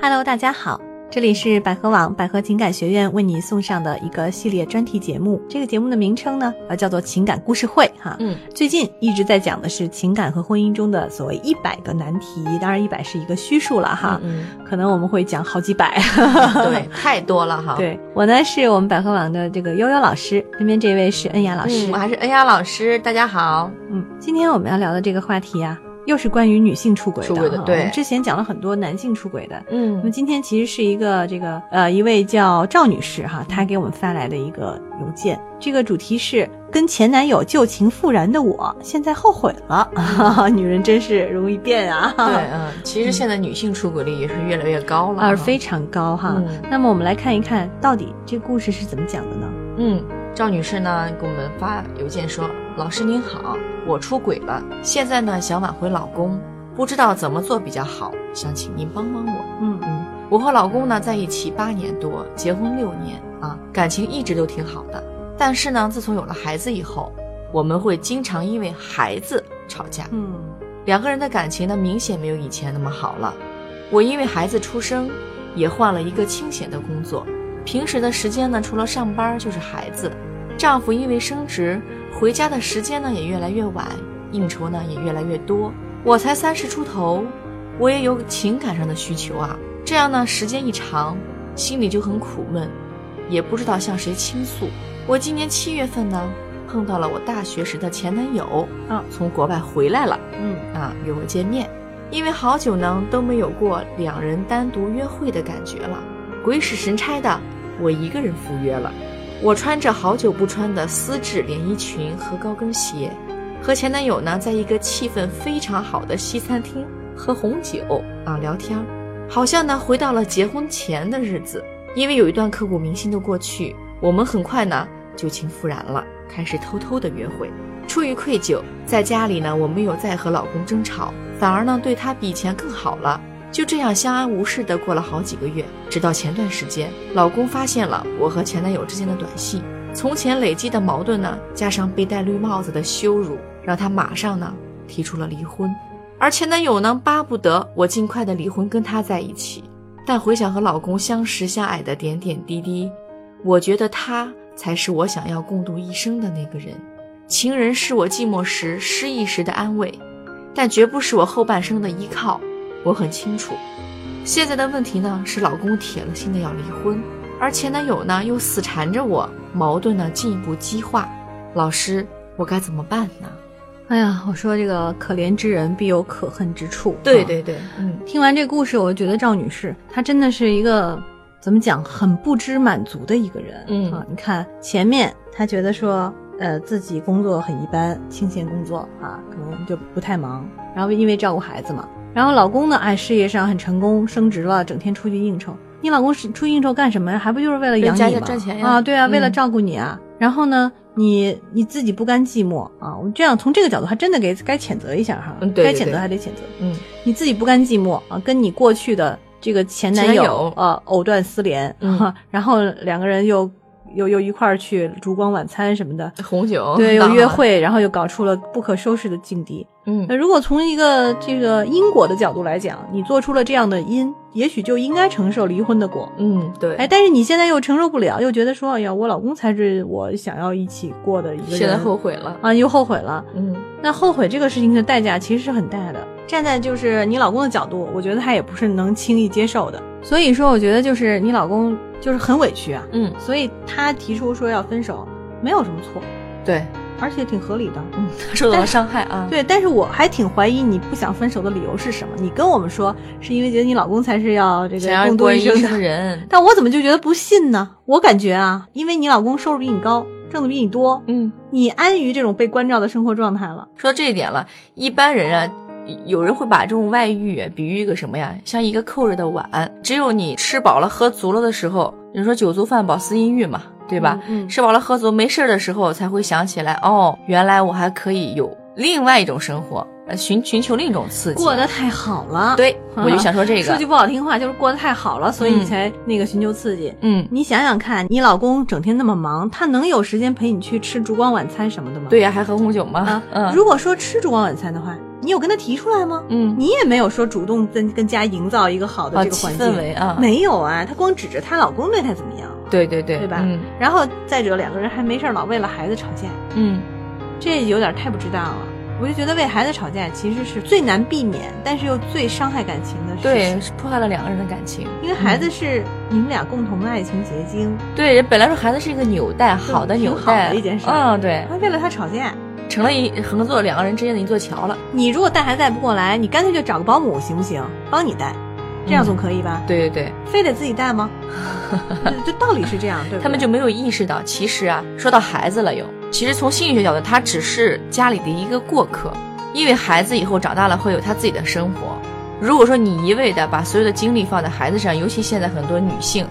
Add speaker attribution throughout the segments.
Speaker 1: Hello，大家好，这里是百合网百合情感学院为你送上的一个系列专题节目。这个节目的名称呢，呃，叫做情感故事会哈。
Speaker 2: 嗯，
Speaker 1: 最近一直在讲的是情感和婚姻中的所谓一百个难题，当然一百是一个虚数了哈，
Speaker 2: 嗯，
Speaker 1: 可能我们会讲好几 百。
Speaker 2: 对，太多了哈。，
Speaker 1: 对我呢是我们百合网的这个悠悠老师，身边这位是恩雅老师
Speaker 2: 嗯，我。还是恩雅老师，大家好。
Speaker 1: 嗯，今天我们要聊的这个话题啊，又是关于女性出轨的。
Speaker 2: 出轨的
Speaker 1: 哈
Speaker 2: 对
Speaker 1: 我们之前讲了很多男性出轨的，那么
Speaker 2: 嗯
Speaker 1: 今天其实是一个这个呃一位叫赵女士哈，她给我们发来的一个邮件，这个主题是跟前男友旧情复燃的我，现在后悔了， 女人真是容易变啊，
Speaker 2: 对， 嗯，其实现在女性出轨率也是越来越高了哈，
Speaker 1: 而啊非常高哈。
Speaker 2: 嗯
Speaker 1: 那么我们来看一看到底这故事是怎么讲的呢？
Speaker 2: 嗯，赵女士呢给我们发邮件说：“老师您好，我出轨了，现在呢想挽回老公，不知道怎么做比较好，想请您帮帮我。
Speaker 1: 嗯
Speaker 2: 嗯，我和老公呢在一起八年多，结婚六年啊，感情一直都挺好的。但是呢，自从有了孩子以后，我们会经常因为孩子吵架。
Speaker 1: 嗯
Speaker 2: 两个人的感情呢，明显没有以前那么好了。我因为孩子出生，也换了一个清闲的工作，平时的时间呢，除了上班就是孩子。丈夫因为升职，回家的时间呢也越来越晚，应酬呢也越来越多。我才三十出头，我也有情感上的需求啊。这样呢，时间一长，心里就很苦闷，也不知道向谁倾诉。我今年七月份呢，碰到了我大学时的前男友，
Speaker 1: 啊
Speaker 2: 从国外回来了。
Speaker 1: 嗯
Speaker 2: 啊约我见面，因为好久呢都没有过两人单独约会的感觉了。鬼使神差的，我一个人赴约了。我穿着好久不穿的丝质连衣裙和高跟鞋，和前男友呢在一个气氛非常好的西餐厅喝红酒啊聊天儿，好像呢回到了结婚前的日子。因为有一段刻骨铭心的过去，我们很快呢旧情复燃了，开始偷偷的约会。出于愧疚，在家里呢，我没有再和老公争吵，反而呢对他比以前更好了。就这样相安无事的过了好几个月，直到前段时间，老公发现了我和前男友之间的短信，从前累积的矛盾呢，加上被戴绿帽子的羞辱，让他马上呢提出了离婚。而前男友呢，巴不得我尽快的离婚跟他在一起，但回想和老公相识相爱的点点滴滴，我觉得他才是我想要共度一生的那个人。情人是我寂寞时、失意时的安慰，但绝不是我后半生的依靠。我很清楚，现在的问题呢是老公铁了心的要离婚，而前男友呢又死缠着我，矛盾呢进一步激化。老师，我该怎么办呢？
Speaker 1: 哎呀，我说这个可怜之人必有可恨之处。啊
Speaker 2: 对，嗯
Speaker 1: 听完这故事，我觉得赵女士她真的是一个怎么讲，很不知满足的一个人。
Speaker 2: 嗯
Speaker 1: 啊，你看前面她觉得说，呃，自己工作很一般，清闲工作啊，可能就不太忙。然后因为照顾孩子嘛，然后老公呢，哎，事业上很成功，升职了，整天出去应酬。你老公是出去应酬干什么呀？还不就是为了养
Speaker 2: 为
Speaker 1: 你
Speaker 2: 家
Speaker 1: 吗？
Speaker 2: 赚钱呀
Speaker 1: 啊，对啊，
Speaker 2: 嗯
Speaker 1: 为了照顾你啊。然后呢，你你自己不甘寂寞啊，我这样从这个角度还真的给该谴责一下哈，
Speaker 2: 嗯对对
Speaker 1: 该谴责
Speaker 2: 对
Speaker 1: 还得谴责。
Speaker 2: 嗯
Speaker 1: 你自己不甘寂寞啊，跟你过去的这个前男
Speaker 2: 前
Speaker 1: 友
Speaker 2: 男友
Speaker 1: 呃藕断丝连、
Speaker 2: 嗯
Speaker 1: 哈然后两个人又又又一块儿去烛光晚餐什么的，
Speaker 2: 红酒
Speaker 1: 对， 又约，
Speaker 2: 啊
Speaker 1: 会，然后又搞出了不可收拾的境地。
Speaker 2: 嗯
Speaker 1: 那如果从一个这个因果的角度来讲，你做出了这样的因，也许就应该承受离婚的果。
Speaker 2: 嗯，对，
Speaker 1: 哎，但是你现在又承受不了，又觉得说，哎呀，我老公才是我想要一起过的一个人，
Speaker 2: 现在后悔了，
Speaker 1: 啊，又后悔了。
Speaker 2: 嗯
Speaker 1: 那后悔这个事情的代价其实是很大的。站在就是你老公的角度，我觉得他也不是能轻易接受的。所以说，我觉得就是你老公就是很委屈啊，
Speaker 2: 嗯，
Speaker 1: 所以他提出说要分手，没有什么错，
Speaker 2: 对，
Speaker 1: 而且挺合理的。
Speaker 2: 嗯，受到了伤害啊，
Speaker 1: 对，但是我还挺怀疑你不想分手的理由是什么？你跟我们说是因为觉得你老公才是要这
Speaker 2: 想
Speaker 1: 个
Speaker 2: 要
Speaker 1: 共度
Speaker 2: 过
Speaker 1: 一
Speaker 2: 一
Speaker 1: 生
Speaker 2: 生的
Speaker 1: 的，
Speaker 2: 人，
Speaker 1: 但我怎么就觉得不信呢？我感觉啊，因为你老公收入比你高，挣的比你多，
Speaker 2: 嗯。
Speaker 1: 你安于这种被关照的生活状态了。
Speaker 2: 说这一点了，一般人啊，有人会把这种外遇啊比喻一个什么呀？像一个扣着的碗，只有你吃饱了喝足了的时候，你说酒足饭饱思淫欲嘛，对吧？
Speaker 1: 嗯？嗯，
Speaker 2: 吃饱了喝足没事儿的时候，才会想起来哦，原来我还可以有另外一种生活，呃，寻寻求另一种刺激。
Speaker 1: 过得太好了。
Speaker 2: 对，我就想说这
Speaker 1: 说句
Speaker 2: 个，
Speaker 1: 不好听话，就是过得太好了，所以
Speaker 2: 嗯
Speaker 1: 你才那个寻求刺激。
Speaker 2: 嗯，
Speaker 1: 你想想看，你老公整天那么忙，他能有时间陪你去吃烛光晚餐什么的吗？
Speaker 2: 对呀、还喝红酒嘛，
Speaker 1: 啊，
Speaker 2: 嗯，
Speaker 1: 如果说吃烛光晚餐的话，你有跟他提出来吗？
Speaker 2: 嗯，
Speaker 1: 你也没有说主动跟跟家营造一个好的
Speaker 2: 啊，
Speaker 1: 这个
Speaker 2: 气
Speaker 1: 环境，
Speaker 2: 氛围啊，
Speaker 1: 没有啊，她光指着她老公对她怎么样，
Speaker 2: 对对对，
Speaker 1: 对吧
Speaker 2: 嗯
Speaker 1: 然后再者两个人还没事儿老为了孩子吵架，
Speaker 2: 嗯，
Speaker 1: 这有点太不值当了。我就觉得为孩子吵架其实是最难避免，但是又最伤害感情的事
Speaker 2: 对，
Speaker 1: 情。
Speaker 2: 是破坏了两个人的感情。
Speaker 1: 因为孩子是你们俩共同的爱情结晶，
Speaker 2: 对人本来说孩子是一个纽带，好的
Speaker 1: 挺
Speaker 2: 纽
Speaker 1: 好
Speaker 2: 带，
Speaker 1: 的一件事嗯
Speaker 2: 嗯，对，
Speaker 1: 还为了他吵架。
Speaker 2: 成了一横做两个人之间的一座桥了。
Speaker 1: 你如果带孩子带不过来，你干脆就找个保姆行不行？帮你带，这样
Speaker 2: 嗯
Speaker 1: 总可以吧？
Speaker 2: 对对对，
Speaker 1: 嗯非得自己带 吗？就就道理是这样，对不对
Speaker 2: 他们就没有意识到，其实啊，说到孩子了又，其实从心理学角度，他只是家里的一个过客，因为孩子以后长大了会有他自己的生活。如果说你一味的把所有的精力放在孩子上，尤其现在很多女性，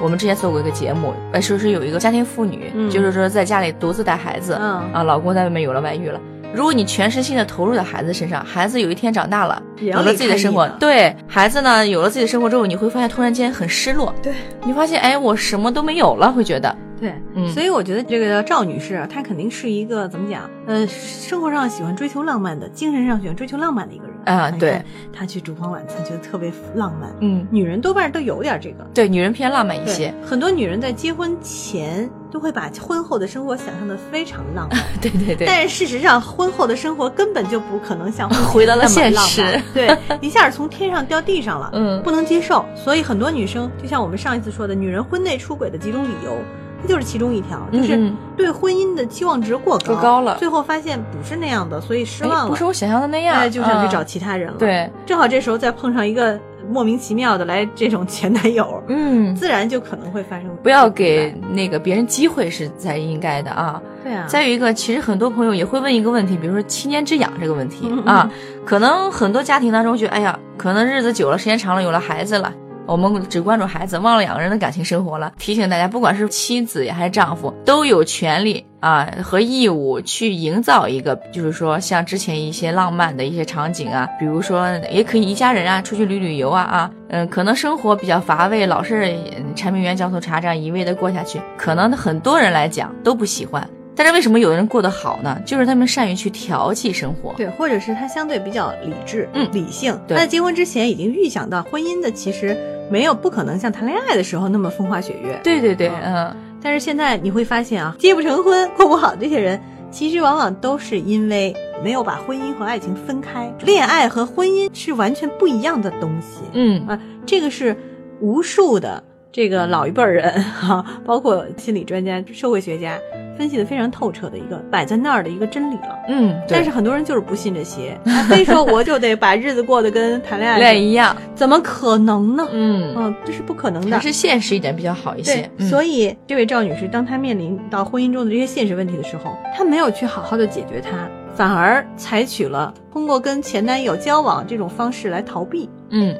Speaker 2: 我们之前做过一个节目，呃，说是有一个家庭妇女，
Speaker 1: 嗯
Speaker 2: 就是说在家里独自带孩子，
Speaker 1: 嗯，
Speaker 2: 啊，老公在外面有了外遇了。如果你全身心的投入到孩子身上，孩子有一天长大了，
Speaker 1: 也
Speaker 2: 有
Speaker 1: 要
Speaker 2: 了自己的生活
Speaker 1: 离开，你
Speaker 2: 对孩子呢，有了自己的生活之后，你会发现突然间很失落。
Speaker 1: 对，
Speaker 2: 你发现哎，我什么都没有了，会觉得，
Speaker 1: 对，
Speaker 2: 嗯
Speaker 1: 所以我觉得这个赵女士啊，她肯定是一个怎么讲？呃，生活上喜欢追求浪漫的，精神上喜欢追求浪漫的一个人你
Speaker 2: 啊
Speaker 1: 看
Speaker 2: 对，
Speaker 1: 她去烛光晚餐觉得特别浪漫，
Speaker 2: 嗯，
Speaker 1: 女人多半都有点这个。
Speaker 2: 对，女人偏浪漫一些
Speaker 1: 对，，很多女人在结婚前都会把婚后的生活想象的非常浪漫，
Speaker 2: 对 对对，
Speaker 1: 但是事实上，婚后的生活根本就不可能像婚前
Speaker 2: 回到了
Speaker 1: 那么
Speaker 2: 现
Speaker 1: 浪漫
Speaker 2: 实，
Speaker 1: 对，一下从天上掉地上了，
Speaker 2: 嗯
Speaker 1: 不能接受。所以很多女生，就像我们上一次说的，女人婚内出轨的几种理由，这就是其中一条，就
Speaker 2: 嗯
Speaker 1: 是
Speaker 2: 嗯
Speaker 1: 对婚姻的期望值过高，
Speaker 2: 过高了
Speaker 1: 最后发现不是那样的，所以失
Speaker 2: 哎
Speaker 1: 望
Speaker 2: 不是
Speaker 1: 了，
Speaker 2: 我想象的那样，
Speaker 1: 哎，就想
Speaker 2: 啊
Speaker 1: 去找其他人了。，
Speaker 2: 对，
Speaker 1: 正好这时候再碰上一个莫名其妙的来这种前男友，
Speaker 2: 嗯，
Speaker 1: 自然就可能会发生。
Speaker 2: 不要给那个别人机会是才应该的啊。
Speaker 1: 对啊，
Speaker 2: 再有一个，其实很多朋友也会问一个问题，比如说七年之痒这个问题
Speaker 1: 嗯嗯
Speaker 2: 啊，可能很多家庭当中觉得，哎呀，可能日子久了，时间长了，有了孩子了。我们只关注孩子，忘了两个人的感情生活了。提醒大家，不管是妻子还是丈夫，都有权利啊和义务去营造一个，就是说像之前一些浪漫的一些场景啊，比如说也可以一家人啊出去旅旅游啊啊，嗯，可能生活比较乏味，老是嗯柴米油盐酱醋茶这样一味的过下去，可能很多人来讲都不喜欢。但是为什么有的人过得好呢？就是他们善于去调剂生活。
Speaker 1: 对，或者是他相对比较理智、
Speaker 2: 嗯
Speaker 1: 理性。
Speaker 2: 对
Speaker 1: 他在结婚之前已经预想到婚姻的其实没有不可能像谈恋爱的时候那么风花雪月。
Speaker 2: 对对对，
Speaker 1: 嗯
Speaker 2: 嗯，
Speaker 1: 但是现在你会发现啊，结不成婚、过不好这些人，其实往往都是因为没有把婚姻和爱情分开。恋爱和婚姻是完全不一样的东西。
Speaker 2: 嗯，
Speaker 1: 啊，这个是无数的这个老一辈儿人哈、包括心理专家、社会学家分析的非常透彻的一个摆在那儿的一个真理了。
Speaker 2: 嗯，对
Speaker 1: 但是很多人就是不信这 邪，他非说我就得把日子过得跟谈恋爱
Speaker 2: 对一样，
Speaker 1: 怎么可能呢？
Speaker 2: 嗯，
Speaker 1: 嗯，这是不可能
Speaker 2: 还
Speaker 1: 的。
Speaker 2: 是现实一点比较好一些
Speaker 1: 对。，
Speaker 2: 嗯
Speaker 1: 所以这位赵女士，当她面临到婚姻中的这些现实问题的时候，她没有去好好的解决它，反而采取了通过跟前男友交往这种方式来逃避。
Speaker 2: 嗯，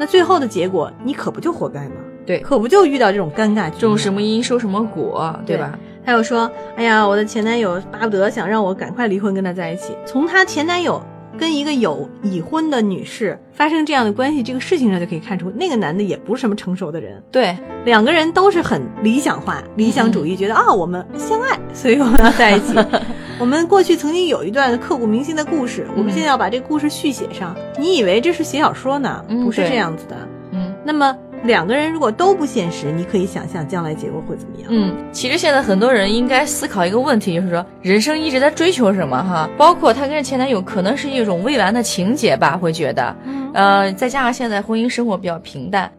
Speaker 1: 那最后的结果，你可不就活该吗？
Speaker 2: 对
Speaker 1: 可不就遇到这种尴尬局面
Speaker 2: 种什么因收什么果，对
Speaker 1: 对
Speaker 2: 吧？
Speaker 1: 还有说，哎呀，我的前男友巴不得想让我赶快离婚跟他在一起。从她前男友跟一个有已婚的女士发生这样的关系这个事情上就可以看出，那个男的也不是什么成熟的人，
Speaker 2: 对，
Speaker 1: 两个人都是很理想化、理想主义，觉得啊、我们相爱，所以我们要在一起。 我们过去曾经有一段刻骨铭心的故事，我们
Speaker 2: 嗯
Speaker 1: 现在要把这故事续写上。你以为这是写小说呢？
Speaker 2: 嗯
Speaker 1: 不是
Speaker 2: 对
Speaker 1: 这样子的。
Speaker 2: 嗯
Speaker 1: 那么两个人如果都不现实，你可以想象将来结果会怎么样。
Speaker 2: 嗯。其实现在很多人应该思考一个问题，就是说人生一直在追求什么哈？包括她跟前男友可能是一种未完的情节吧，会觉得，
Speaker 1: 嗯
Speaker 2: 呃，再加上现在婚姻生活比较平淡，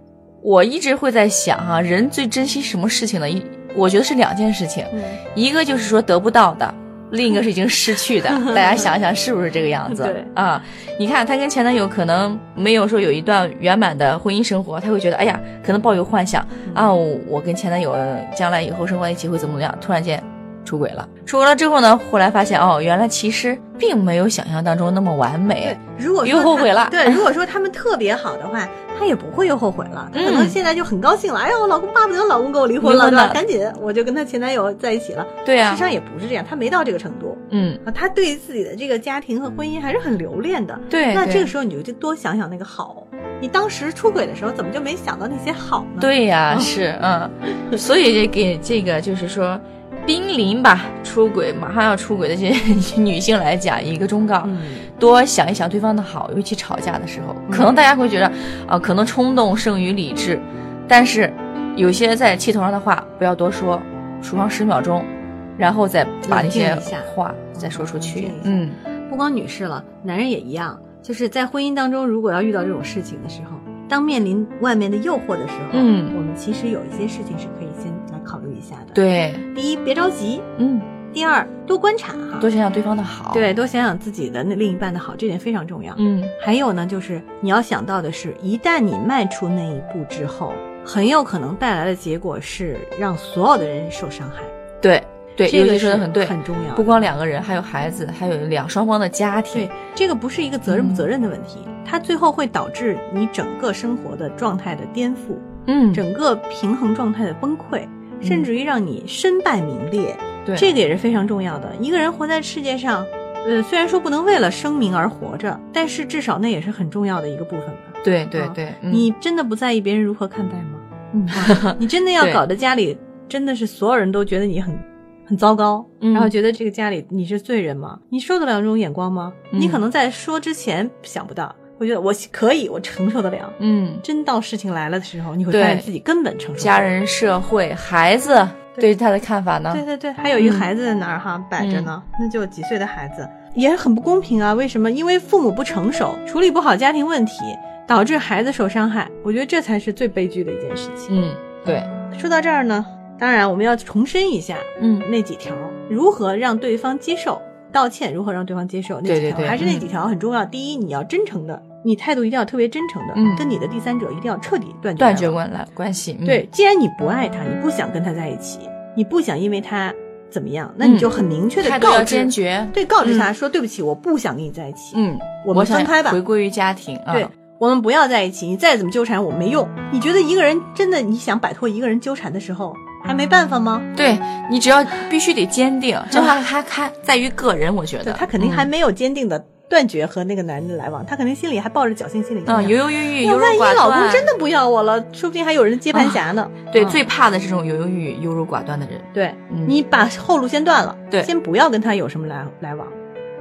Speaker 2: 我一直会在想哈、人最珍惜什么事情呢？一，我觉得是两件事情，
Speaker 1: 呃
Speaker 2: 一个就是说得不到的，另一个是已经失去 的。大家想一想是不是这个样子？
Speaker 1: 对
Speaker 2: 啊，你看她跟前男友可能没有说有一段圆满的婚姻生活，她会觉得哎呀，可能抱有幻想
Speaker 1: 嗯
Speaker 2: 啊，我我跟前男友呃将来以后生活在一起会怎么怎么样，突然间。出轨了，出轨了之后呢？后来发现哦，原来其实并没有想象当中那么完美
Speaker 1: 对。，如果说
Speaker 2: 嗯又
Speaker 1: 他
Speaker 2: 后悔了
Speaker 1: 对，如果说他们特别好的话，他也不会又后悔了。他可能
Speaker 2: 嗯
Speaker 1: 现在就很高兴了，哎呀，我老公巴不得老公跟我离婚了，
Speaker 2: 离婚
Speaker 1: 对吧？
Speaker 2: 了
Speaker 1: 赶紧我就跟他前男友在一起了。
Speaker 2: 对
Speaker 1: 事
Speaker 2: 啊
Speaker 1: 实，上也不是这样，他没到这个程度
Speaker 2: 嗯，
Speaker 1: 啊，他对自己的这个家庭和婚姻还是很留恋的。
Speaker 2: 对。
Speaker 1: 那这
Speaker 2: 对
Speaker 1: 个时候你就就多想想那个好，你当时出轨的时候怎么就没想到那些好呢？，
Speaker 2: 对呀、
Speaker 1: 嗯
Speaker 2: 是嗯，所以这给这个就是说， 濒临吧出轨，马上要出轨的这些女性来讲一个忠告，
Speaker 1: 嗯，
Speaker 2: 多想一想对方的好，尤其吵架的时候，可能大家会觉得啊、可能冲动胜于理智，但是有些在气头上的话不要多说，数上十秒钟，然后再把那些
Speaker 1: 冷静一下
Speaker 2: 话再说出去
Speaker 1: 冷静一。下
Speaker 2: 嗯，
Speaker 1: 不光女士了，男人也一样。就是在婚姻当中，如果要遇到这种事情的时候，当面临外面的诱惑的时候，
Speaker 2: 嗯
Speaker 1: 我们其实有一些事情是可以先来考虑一下的。，
Speaker 2: 对，
Speaker 1: 第一，别着急；
Speaker 2: 嗯，
Speaker 1: 第二，多观察哈，
Speaker 2: 多想想对方的好。，
Speaker 1: 对，多想想自己的那另一半的好，这点非常重要。
Speaker 2: 嗯，
Speaker 1: 还有呢，就是你要想到的是，一旦你迈出那一步之后，很有可能带来的结果是让所有的人受伤害。
Speaker 2: 对对，
Speaker 1: 这
Speaker 2: 尤
Speaker 1: 个
Speaker 2: 其说的
Speaker 1: 是
Speaker 2: 很对，
Speaker 1: 很重要的。
Speaker 2: 不光两个人，还有孩子，还有两双方的家庭
Speaker 1: 对。，这个不是一个责任不
Speaker 2: 嗯
Speaker 1: 责任的问题，它最后会导致你整个生活的状态的颠覆，
Speaker 2: 嗯，
Speaker 1: 整个平衡状态的崩溃，甚至于让你身败名裂。
Speaker 2: 对
Speaker 1: 这个也是非常重要的。一个人活在世界上，呃，虽然说不能为了声名而活着，但是至少那也是很重要的一个部分吧。
Speaker 2: 对对
Speaker 1: 啊
Speaker 2: 对，嗯
Speaker 1: 你真的不在意别人如何看待吗？
Speaker 2: 嗯
Speaker 1: 啊你真的要
Speaker 2: 对
Speaker 1: 搞得家里真的是所有人都觉得你很很糟糕，
Speaker 2: 嗯
Speaker 1: 然后觉得这个家里你是罪人吗？你受得了这种眼光吗？
Speaker 2: 嗯
Speaker 1: 你可能在说之前想不到，我觉得我可以，我承受得了。
Speaker 2: 嗯，
Speaker 1: 真到事情来了的时候，你会
Speaker 2: 对
Speaker 1: 发现自己根本承受不了
Speaker 2: 家。人、社会、孩子对
Speaker 1: 对
Speaker 2: 他的看法呢
Speaker 1: 对？对对，还有一个
Speaker 2: 嗯
Speaker 1: 孩子在那儿哈、摆着呢，那就几岁的孩子也很不公平啊！为什么？因为父母不成熟，处理不好家庭问题，导致孩子受伤害。我觉得这才是最悲剧的一件事情。
Speaker 2: 嗯，对，
Speaker 1: 说到这儿呢，当然我们要重申一下，
Speaker 2: 嗯
Speaker 1: 那几条，如何让对方接受道歉，如何让对方接受那
Speaker 2: 对
Speaker 1: 几条，
Speaker 2: 对对嗯
Speaker 1: 还是那几条很重要。第一，你要真诚的，你态度一定要特别真诚的，
Speaker 2: 嗯
Speaker 1: 跟你的第三者一定要彻底断绝
Speaker 2: 断绝
Speaker 1: 来往。
Speaker 2: 关来关系。嗯
Speaker 1: 对，，既然你不爱他，你不想跟他在一起，你不想因为他怎么样，那
Speaker 2: 嗯
Speaker 1: 你就很明确的
Speaker 2: 态度要
Speaker 1: 告
Speaker 2: 坚
Speaker 1: 知，
Speaker 2: 决。
Speaker 1: 对，告知他说、对不起，我不想跟你在一起，
Speaker 2: 嗯，
Speaker 1: 我
Speaker 2: 我
Speaker 1: 们
Speaker 2: 想
Speaker 1: 分开吧。
Speaker 2: 回归于家庭啊。
Speaker 1: 对，我们不要在一起，你再怎么纠缠我没用。你觉得一个人真的你想摆脱一个人纠缠的时候，还没办法吗？
Speaker 2: 对你只要必须得坚定，这话他看在于个人，我觉
Speaker 1: 对
Speaker 2: 得
Speaker 1: 他肯定还
Speaker 2: 嗯
Speaker 1: 没有坚定的断绝和那个男的来往，他肯定心里还抱着侥幸心理。
Speaker 2: 啊犹犹豫豫，
Speaker 1: 那
Speaker 2: 优柔
Speaker 1: 万一
Speaker 2: 寡
Speaker 1: 老公
Speaker 2: 断。啊
Speaker 1: 真的不要我了，说不定还有人接盘侠呢。
Speaker 2: 对
Speaker 1: 嗯
Speaker 2: 最怕的是这种犹犹豫豫、优柔寡断的人。
Speaker 1: 对，
Speaker 2: 嗯
Speaker 1: 你把后路先断了，
Speaker 2: 对
Speaker 1: 先不要跟他有什么来来往。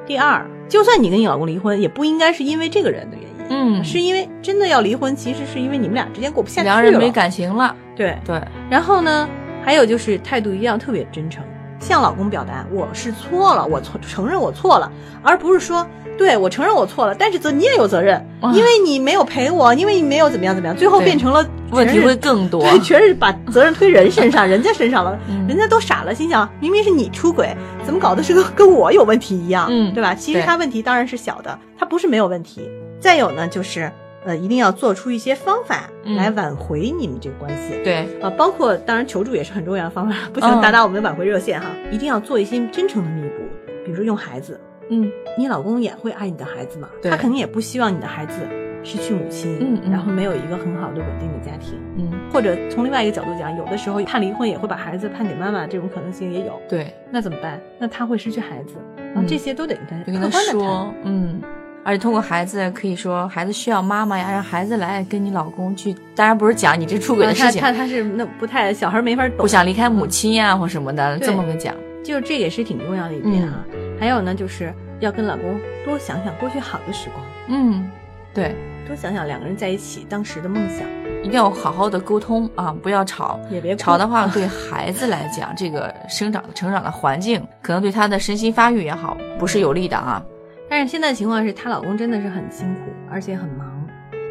Speaker 1: 第二，就算你跟你老公离婚，也不应该是因为这个人的原因，
Speaker 2: 嗯，
Speaker 1: 是因为真的要离婚，其实是因为你们俩之间过不下去了。
Speaker 2: 两人没感情了。
Speaker 1: 对，
Speaker 2: 对，
Speaker 1: 然后呢，还有就是态度一定要特别真诚，向老公表达我是错了，我错承认我错了，而不是说对我承认我错了，但是责你也有责任，
Speaker 2: 哇
Speaker 1: 因为你没有陪我，因为你没有怎么样怎么样，最后
Speaker 2: 对
Speaker 1: 变成了
Speaker 2: 问题
Speaker 1: 全是
Speaker 2: 会更多。
Speaker 1: 对，全是把责任推人身上，人家身上了，
Speaker 2: 嗯
Speaker 1: 人家都傻了，心想明明是你出轨，怎么搞的是个跟我有问题一样，
Speaker 2: 嗯
Speaker 1: 对吧？其实
Speaker 2: 对
Speaker 1: 他问题当然是小的，他不是没有问题。再有呢，就是呃，一定要做出一些方法
Speaker 2: 嗯
Speaker 1: 来挽回你们这个关系。
Speaker 2: 对，
Speaker 1: 啊，包括当然求助也是很重要的方法，不
Speaker 2: 嗯
Speaker 1: 行打打我们的挽回热线哈，一定要做一些真诚的弥补，比如说用孩子，
Speaker 2: 嗯
Speaker 1: 你老公也会爱你的孩子嘛，
Speaker 2: 对
Speaker 1: 他肯定也不希望你的孩子失去母亲，
Speaker 2: 嗯嗯
Speaker 1: 然后没有一个很好的稳定的家庭，
Speaker 2: 嗯，
Speaker 1: 或者从另外一个角度讲，有的时候判离婚也会把孩子判给妈妈，这种可能性也有，
Speaker 2: 对，
Speaker 1: 那怎么办？那他会失去孩子，啊，
Speaker 2: 嗯
Speaker 1: 这些都得跟
Speaker 2: 就
Speaker 1: 他
Speaker 2: 跟
Speaker 1: 客观的
Speaker 2: 他
Speaker 1: 谈，
Speaker 2: 说，嗯，而且通过孩子可以说，孩子需要妈妈呀，让孩子来跟你老公去，当然不是讲你这出轨
Speaker 1: 啊
Speaker 2: 的
Speaker 1: 他
Speaker 2: 事情，
Speaker 1: 他他是那不太小孩没法懂
Speaker 2: 不，想离开母亲呀、或什么的，
Speaker 1: 对
Speaker 2: 这么个讲，
Speaker 1: 就是这也是挺重要的一点啊。
Speaker 2: 嗯
Speaker 1: 还有呢，就是要跟老公多想想过去好的时光，
Speaker 2: 嗯，对，
Speaker 1: 多想想两个人在一起当时的梦想，
Speaker 2: 一定要好好的沟通啊，不要吵。
Speaker 1: 也别哭
Speaker 2: 吵的话，对孩子来讲，这个生长成长的环境，可能对他的身心发育也好，不是有利的啊。
Speaker 1: 但是现在的情况是，她老公真的是很辛苦，而且很忙。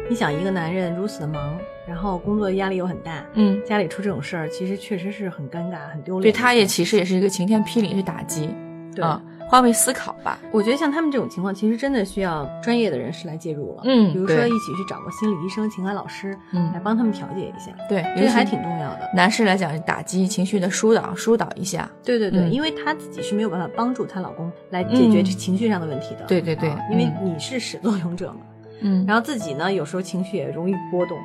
Speaker 1: 你想，一个男人如此的忙，然后工作压力又很大，
Speaker 2: 嗯，
Speaker 1: 家里出这种事儿，其实确实是很尴尬、很丢
Speaker 2: 对
Speaker 1: 脸。
Speaker 2: 他也其实也是一个晴天霹雳，是打击
Speaker 1: 对、
Speaker 2: 啊，换位思考吧。
Speaker 1: 我觉得像他们这种情况，其实真的需要专业的人士来介入了。
Speaker 2: 嗯
Speaker 1: 比如说
Speaker 2: 对
Speaker 1: 一起去找个心理医生、情感老师、
Speaker 2: 嗯
Speaker 1: 来帮他们调解一下，
Speaker 2: 对，
Speaker 1: 这
Speaker 2: 尤
Speaker 1: 个
Speaker 2: 其嗯
Speaker 1: 还挺重要的。
Speaker 2: 男士来讲，打击情绪的疏导，疏导一下。
Speaker 1: 对对对，
Speaker 2: 嗯
Speaker 1: 因为她自己是没有办法帮助她老公来解决
Speaker 2: 嗯
Speaker 1: 情绪上的问题的。
Speaker 2: 对对对
Speaker 1: 啊因为
Speaker 2: 嗯
Speaker 1: 你是始作俑者嘛。
Speaker 2: 嗯然
Speaker 1: 然后
Speaker 2: 后
Speaker 1: 自己呢，有时候情绪也容易波动。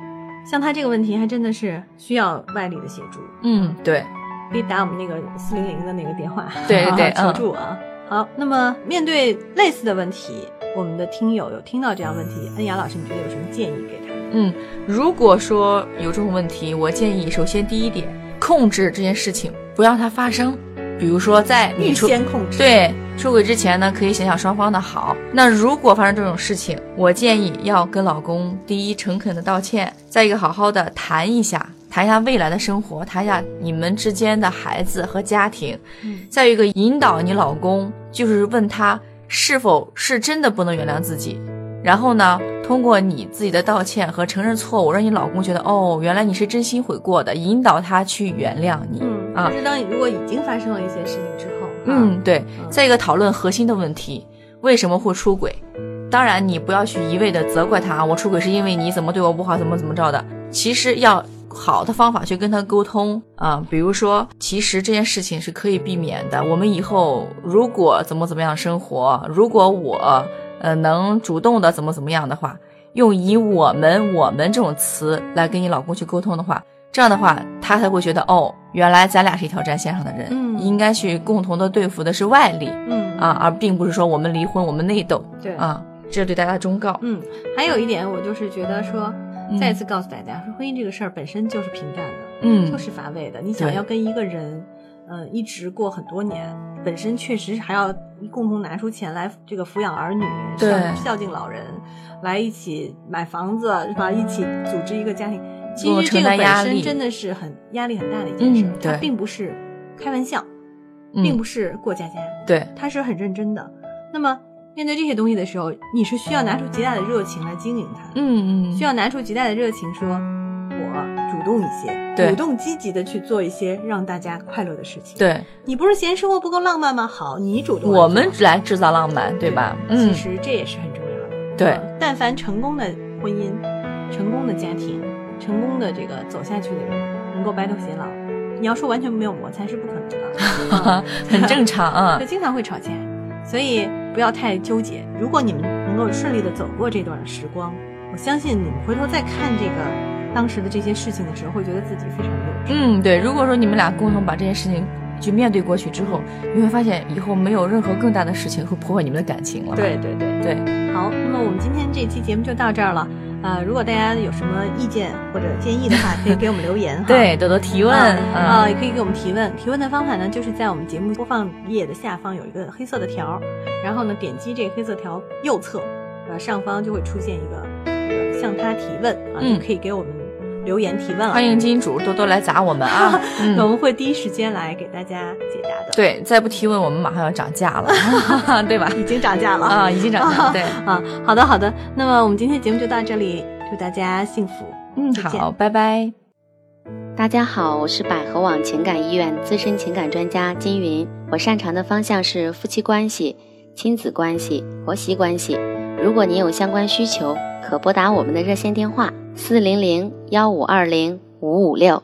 Speaker 1: 像她这个问题，还真的是需要外力的协助，
Speaker 2: 嗯，对，
Speaker 1: 可以打我们那个四零零的那个电话，
Speaker 2: 对对
Speaker 1: 求
Speaker 2: 嗯
Speaker 1: 助啊。好，那么面对类似的问题，我们的听友有听到这样问题，恩雅老师，你觉得有什么建议给他们？
Speaker 2: 嗯，如果说有这种问题，我建议首先第一点，控制这件事情，不让它发生。比如说在你
Speaker 1: 预
Speaker 2: 出
Speaker 1: 先控制，
Speaker 2: 对出轨之前呢，可以想想双方的好。那如果发生这种事情，我建议要跟老公第一诚恳的道歉，再一个好好的谈一下，谈一下未来的生活，谈一下你们之间的孩子和家庭。
Speaker 1: 嗯
Speaker 2: 再有一个引导你老公，就是问他是否是真的不能原谅自己。然后呢，通过你自己的道歉和承认错误，让你老公觉得哦，原来你是真心悔过的，引导他去原谅你。
Speaker 1: 嗯
Speaker 2: 啊
Speaker 1: 就是当你如果已经发生了一些事情之后，啊，
Speaker 2: 嗯，对。
Speaker 1: 嗯
Speaker 2: 再一个，讨论核心的问题，为什么会出轨？当然，你不要去一味的责怪他，我出轨是因为你怎么对我不好，怎么怎么着的。其实要好的方法去跟他沟通啊、比如说，其实这件事情是可以避免的。我们以后如果怎么怎么样生活，如果我呃能主动的怎么怎么样的话，用以我们我们这种词来跟你老公去沟通的话，这样的话他才会觉得哦，原来咱俩是一条战线上的人，
Speaker 1: 嗯
Speaker 2: 应该去共同的对付的是外力
Speaker 1: 嗯
Speaker 2: 啊，而并不是说我们离婚我们内斗
Speaker 1: 对，
Speaker 2: 啊，这是对大家的忠告。
Speaker 1: 嗯，还有一点，我就是觉得说，
Speaker 2: 嗯
Speaker 1: 再次告诉大家，说婚姻这个事儿本身就是平淡的，
Speaker 2: 嗯
Speaker 1: 就，是乏味的。你想
Speaker 2: 对
Speaker 1: 要跟一个人，呃，一直过很多年，本身确实还要共同拿出钱来这个抚养儿女，
Speaker 2: 对
Speaker 1: 孝孝敬老人，来一起买房子是吧？一起组织一个家庭，其
Speaker 2: 共同
Speaker 1: 实这
Speaker 2: 承
Speaker 1: 个
Speaker 2: 担
Speaker 1: 本
Speaker 2: 压
Speaker 1: 身
Speaker 2: 力
Speaker 1: 真的是很压力很大的一件事，
Speaker 2: 嗯
Speaker 1: 它
Speaker 2: 对
Speaker 1: 并不是开玩笑，
Speaker 2: 嗯
Speaker 1: 并不是过家家，
Speaker 2: 对，
Speaker 1: 它是很认真的。那么面对这些东西的时候，你是需要拿出极大的热情来经营它，
Speaker 2: 嗯嗯，
Speaker 1: 需要拿出极大的热情说，我主动一些，
Speaker 2: 对
Speaker 1: 主动积极的去做一些让大家快乐的事情。，
Speaker 2: 对，
Speaker 1: 你不是嫌生活不够浪漫吗？好，你主动来做，
Speaker 2: 我们来制造浪漫，对吧？嗯
Speaker 1: 其，实这也是很重要的。
Speaker 2: 对
Speaker 1: 嗯，但凡成功的婚姻、成功的家庭、成功的这个走下去的人，能够白头偕老，你要说完全没有摩擦是不可能的， 啊
Speaker 2: 很正常 啊
Speaker 1: 就。经常会吵架，所以不要太纠结。如果你们能够顺利的走过这段时光，我相信你们回头再看这个当时的这些事情的时候，会觉得自己非常幼稚。
Speaker 2: 嗯，对，如果说你们俩共同把这件事情去面对过去之后，你会发现以后没有任何更大的事情会破坏你们的感情了。
Speaker 1: 对嗯对对，
Speaker 2: 对，
Speaker 1: 好，那么我们今天这期节目就到这儿了。呃，如果大家有什么意见或者建议的话，可以给我们留言哈。
Speaker 2: 对，多多提问
Speaker 1: 啊、
Speaker 2: 啊。
Speaker 1: 也可以给我们提问。提问的方法呢，就是在我们节目播放页的下方有一个黑色的条儿，然后呢，点击这个黑色条右侧，呃，上方就会出现一个这个向他提问啊，
Speaker 2: 嗯
Speaker 1: 就可以给我们留言提问了。
Speaker 2: 欢迎金主多多来砸我们啊！嗯
Speaker 1: 我们会第一时间来给大家解答的。，
Speaker 2: 对，再不提问，我们马上要涨价 了，对吧？
Speaker 1: 已经涨价了
Speaker 2: 啊，已经涨价了。对，
Speaker 1: 啊！好的，好的。那么我们今天节目就到这里，祝大家幸福。
Speaker 2: 嗯，
Speaker 1: 再见
Speaker 2: 好，拜拜。
Speaker 3: 大家好，我是百合网情感医院资深情感专家金云。我擅长的方向是夫妻关系、亲子关系、婆媳关系。如果您有相关需求，可拨打我们的热线电话四零零幺五二零五五六。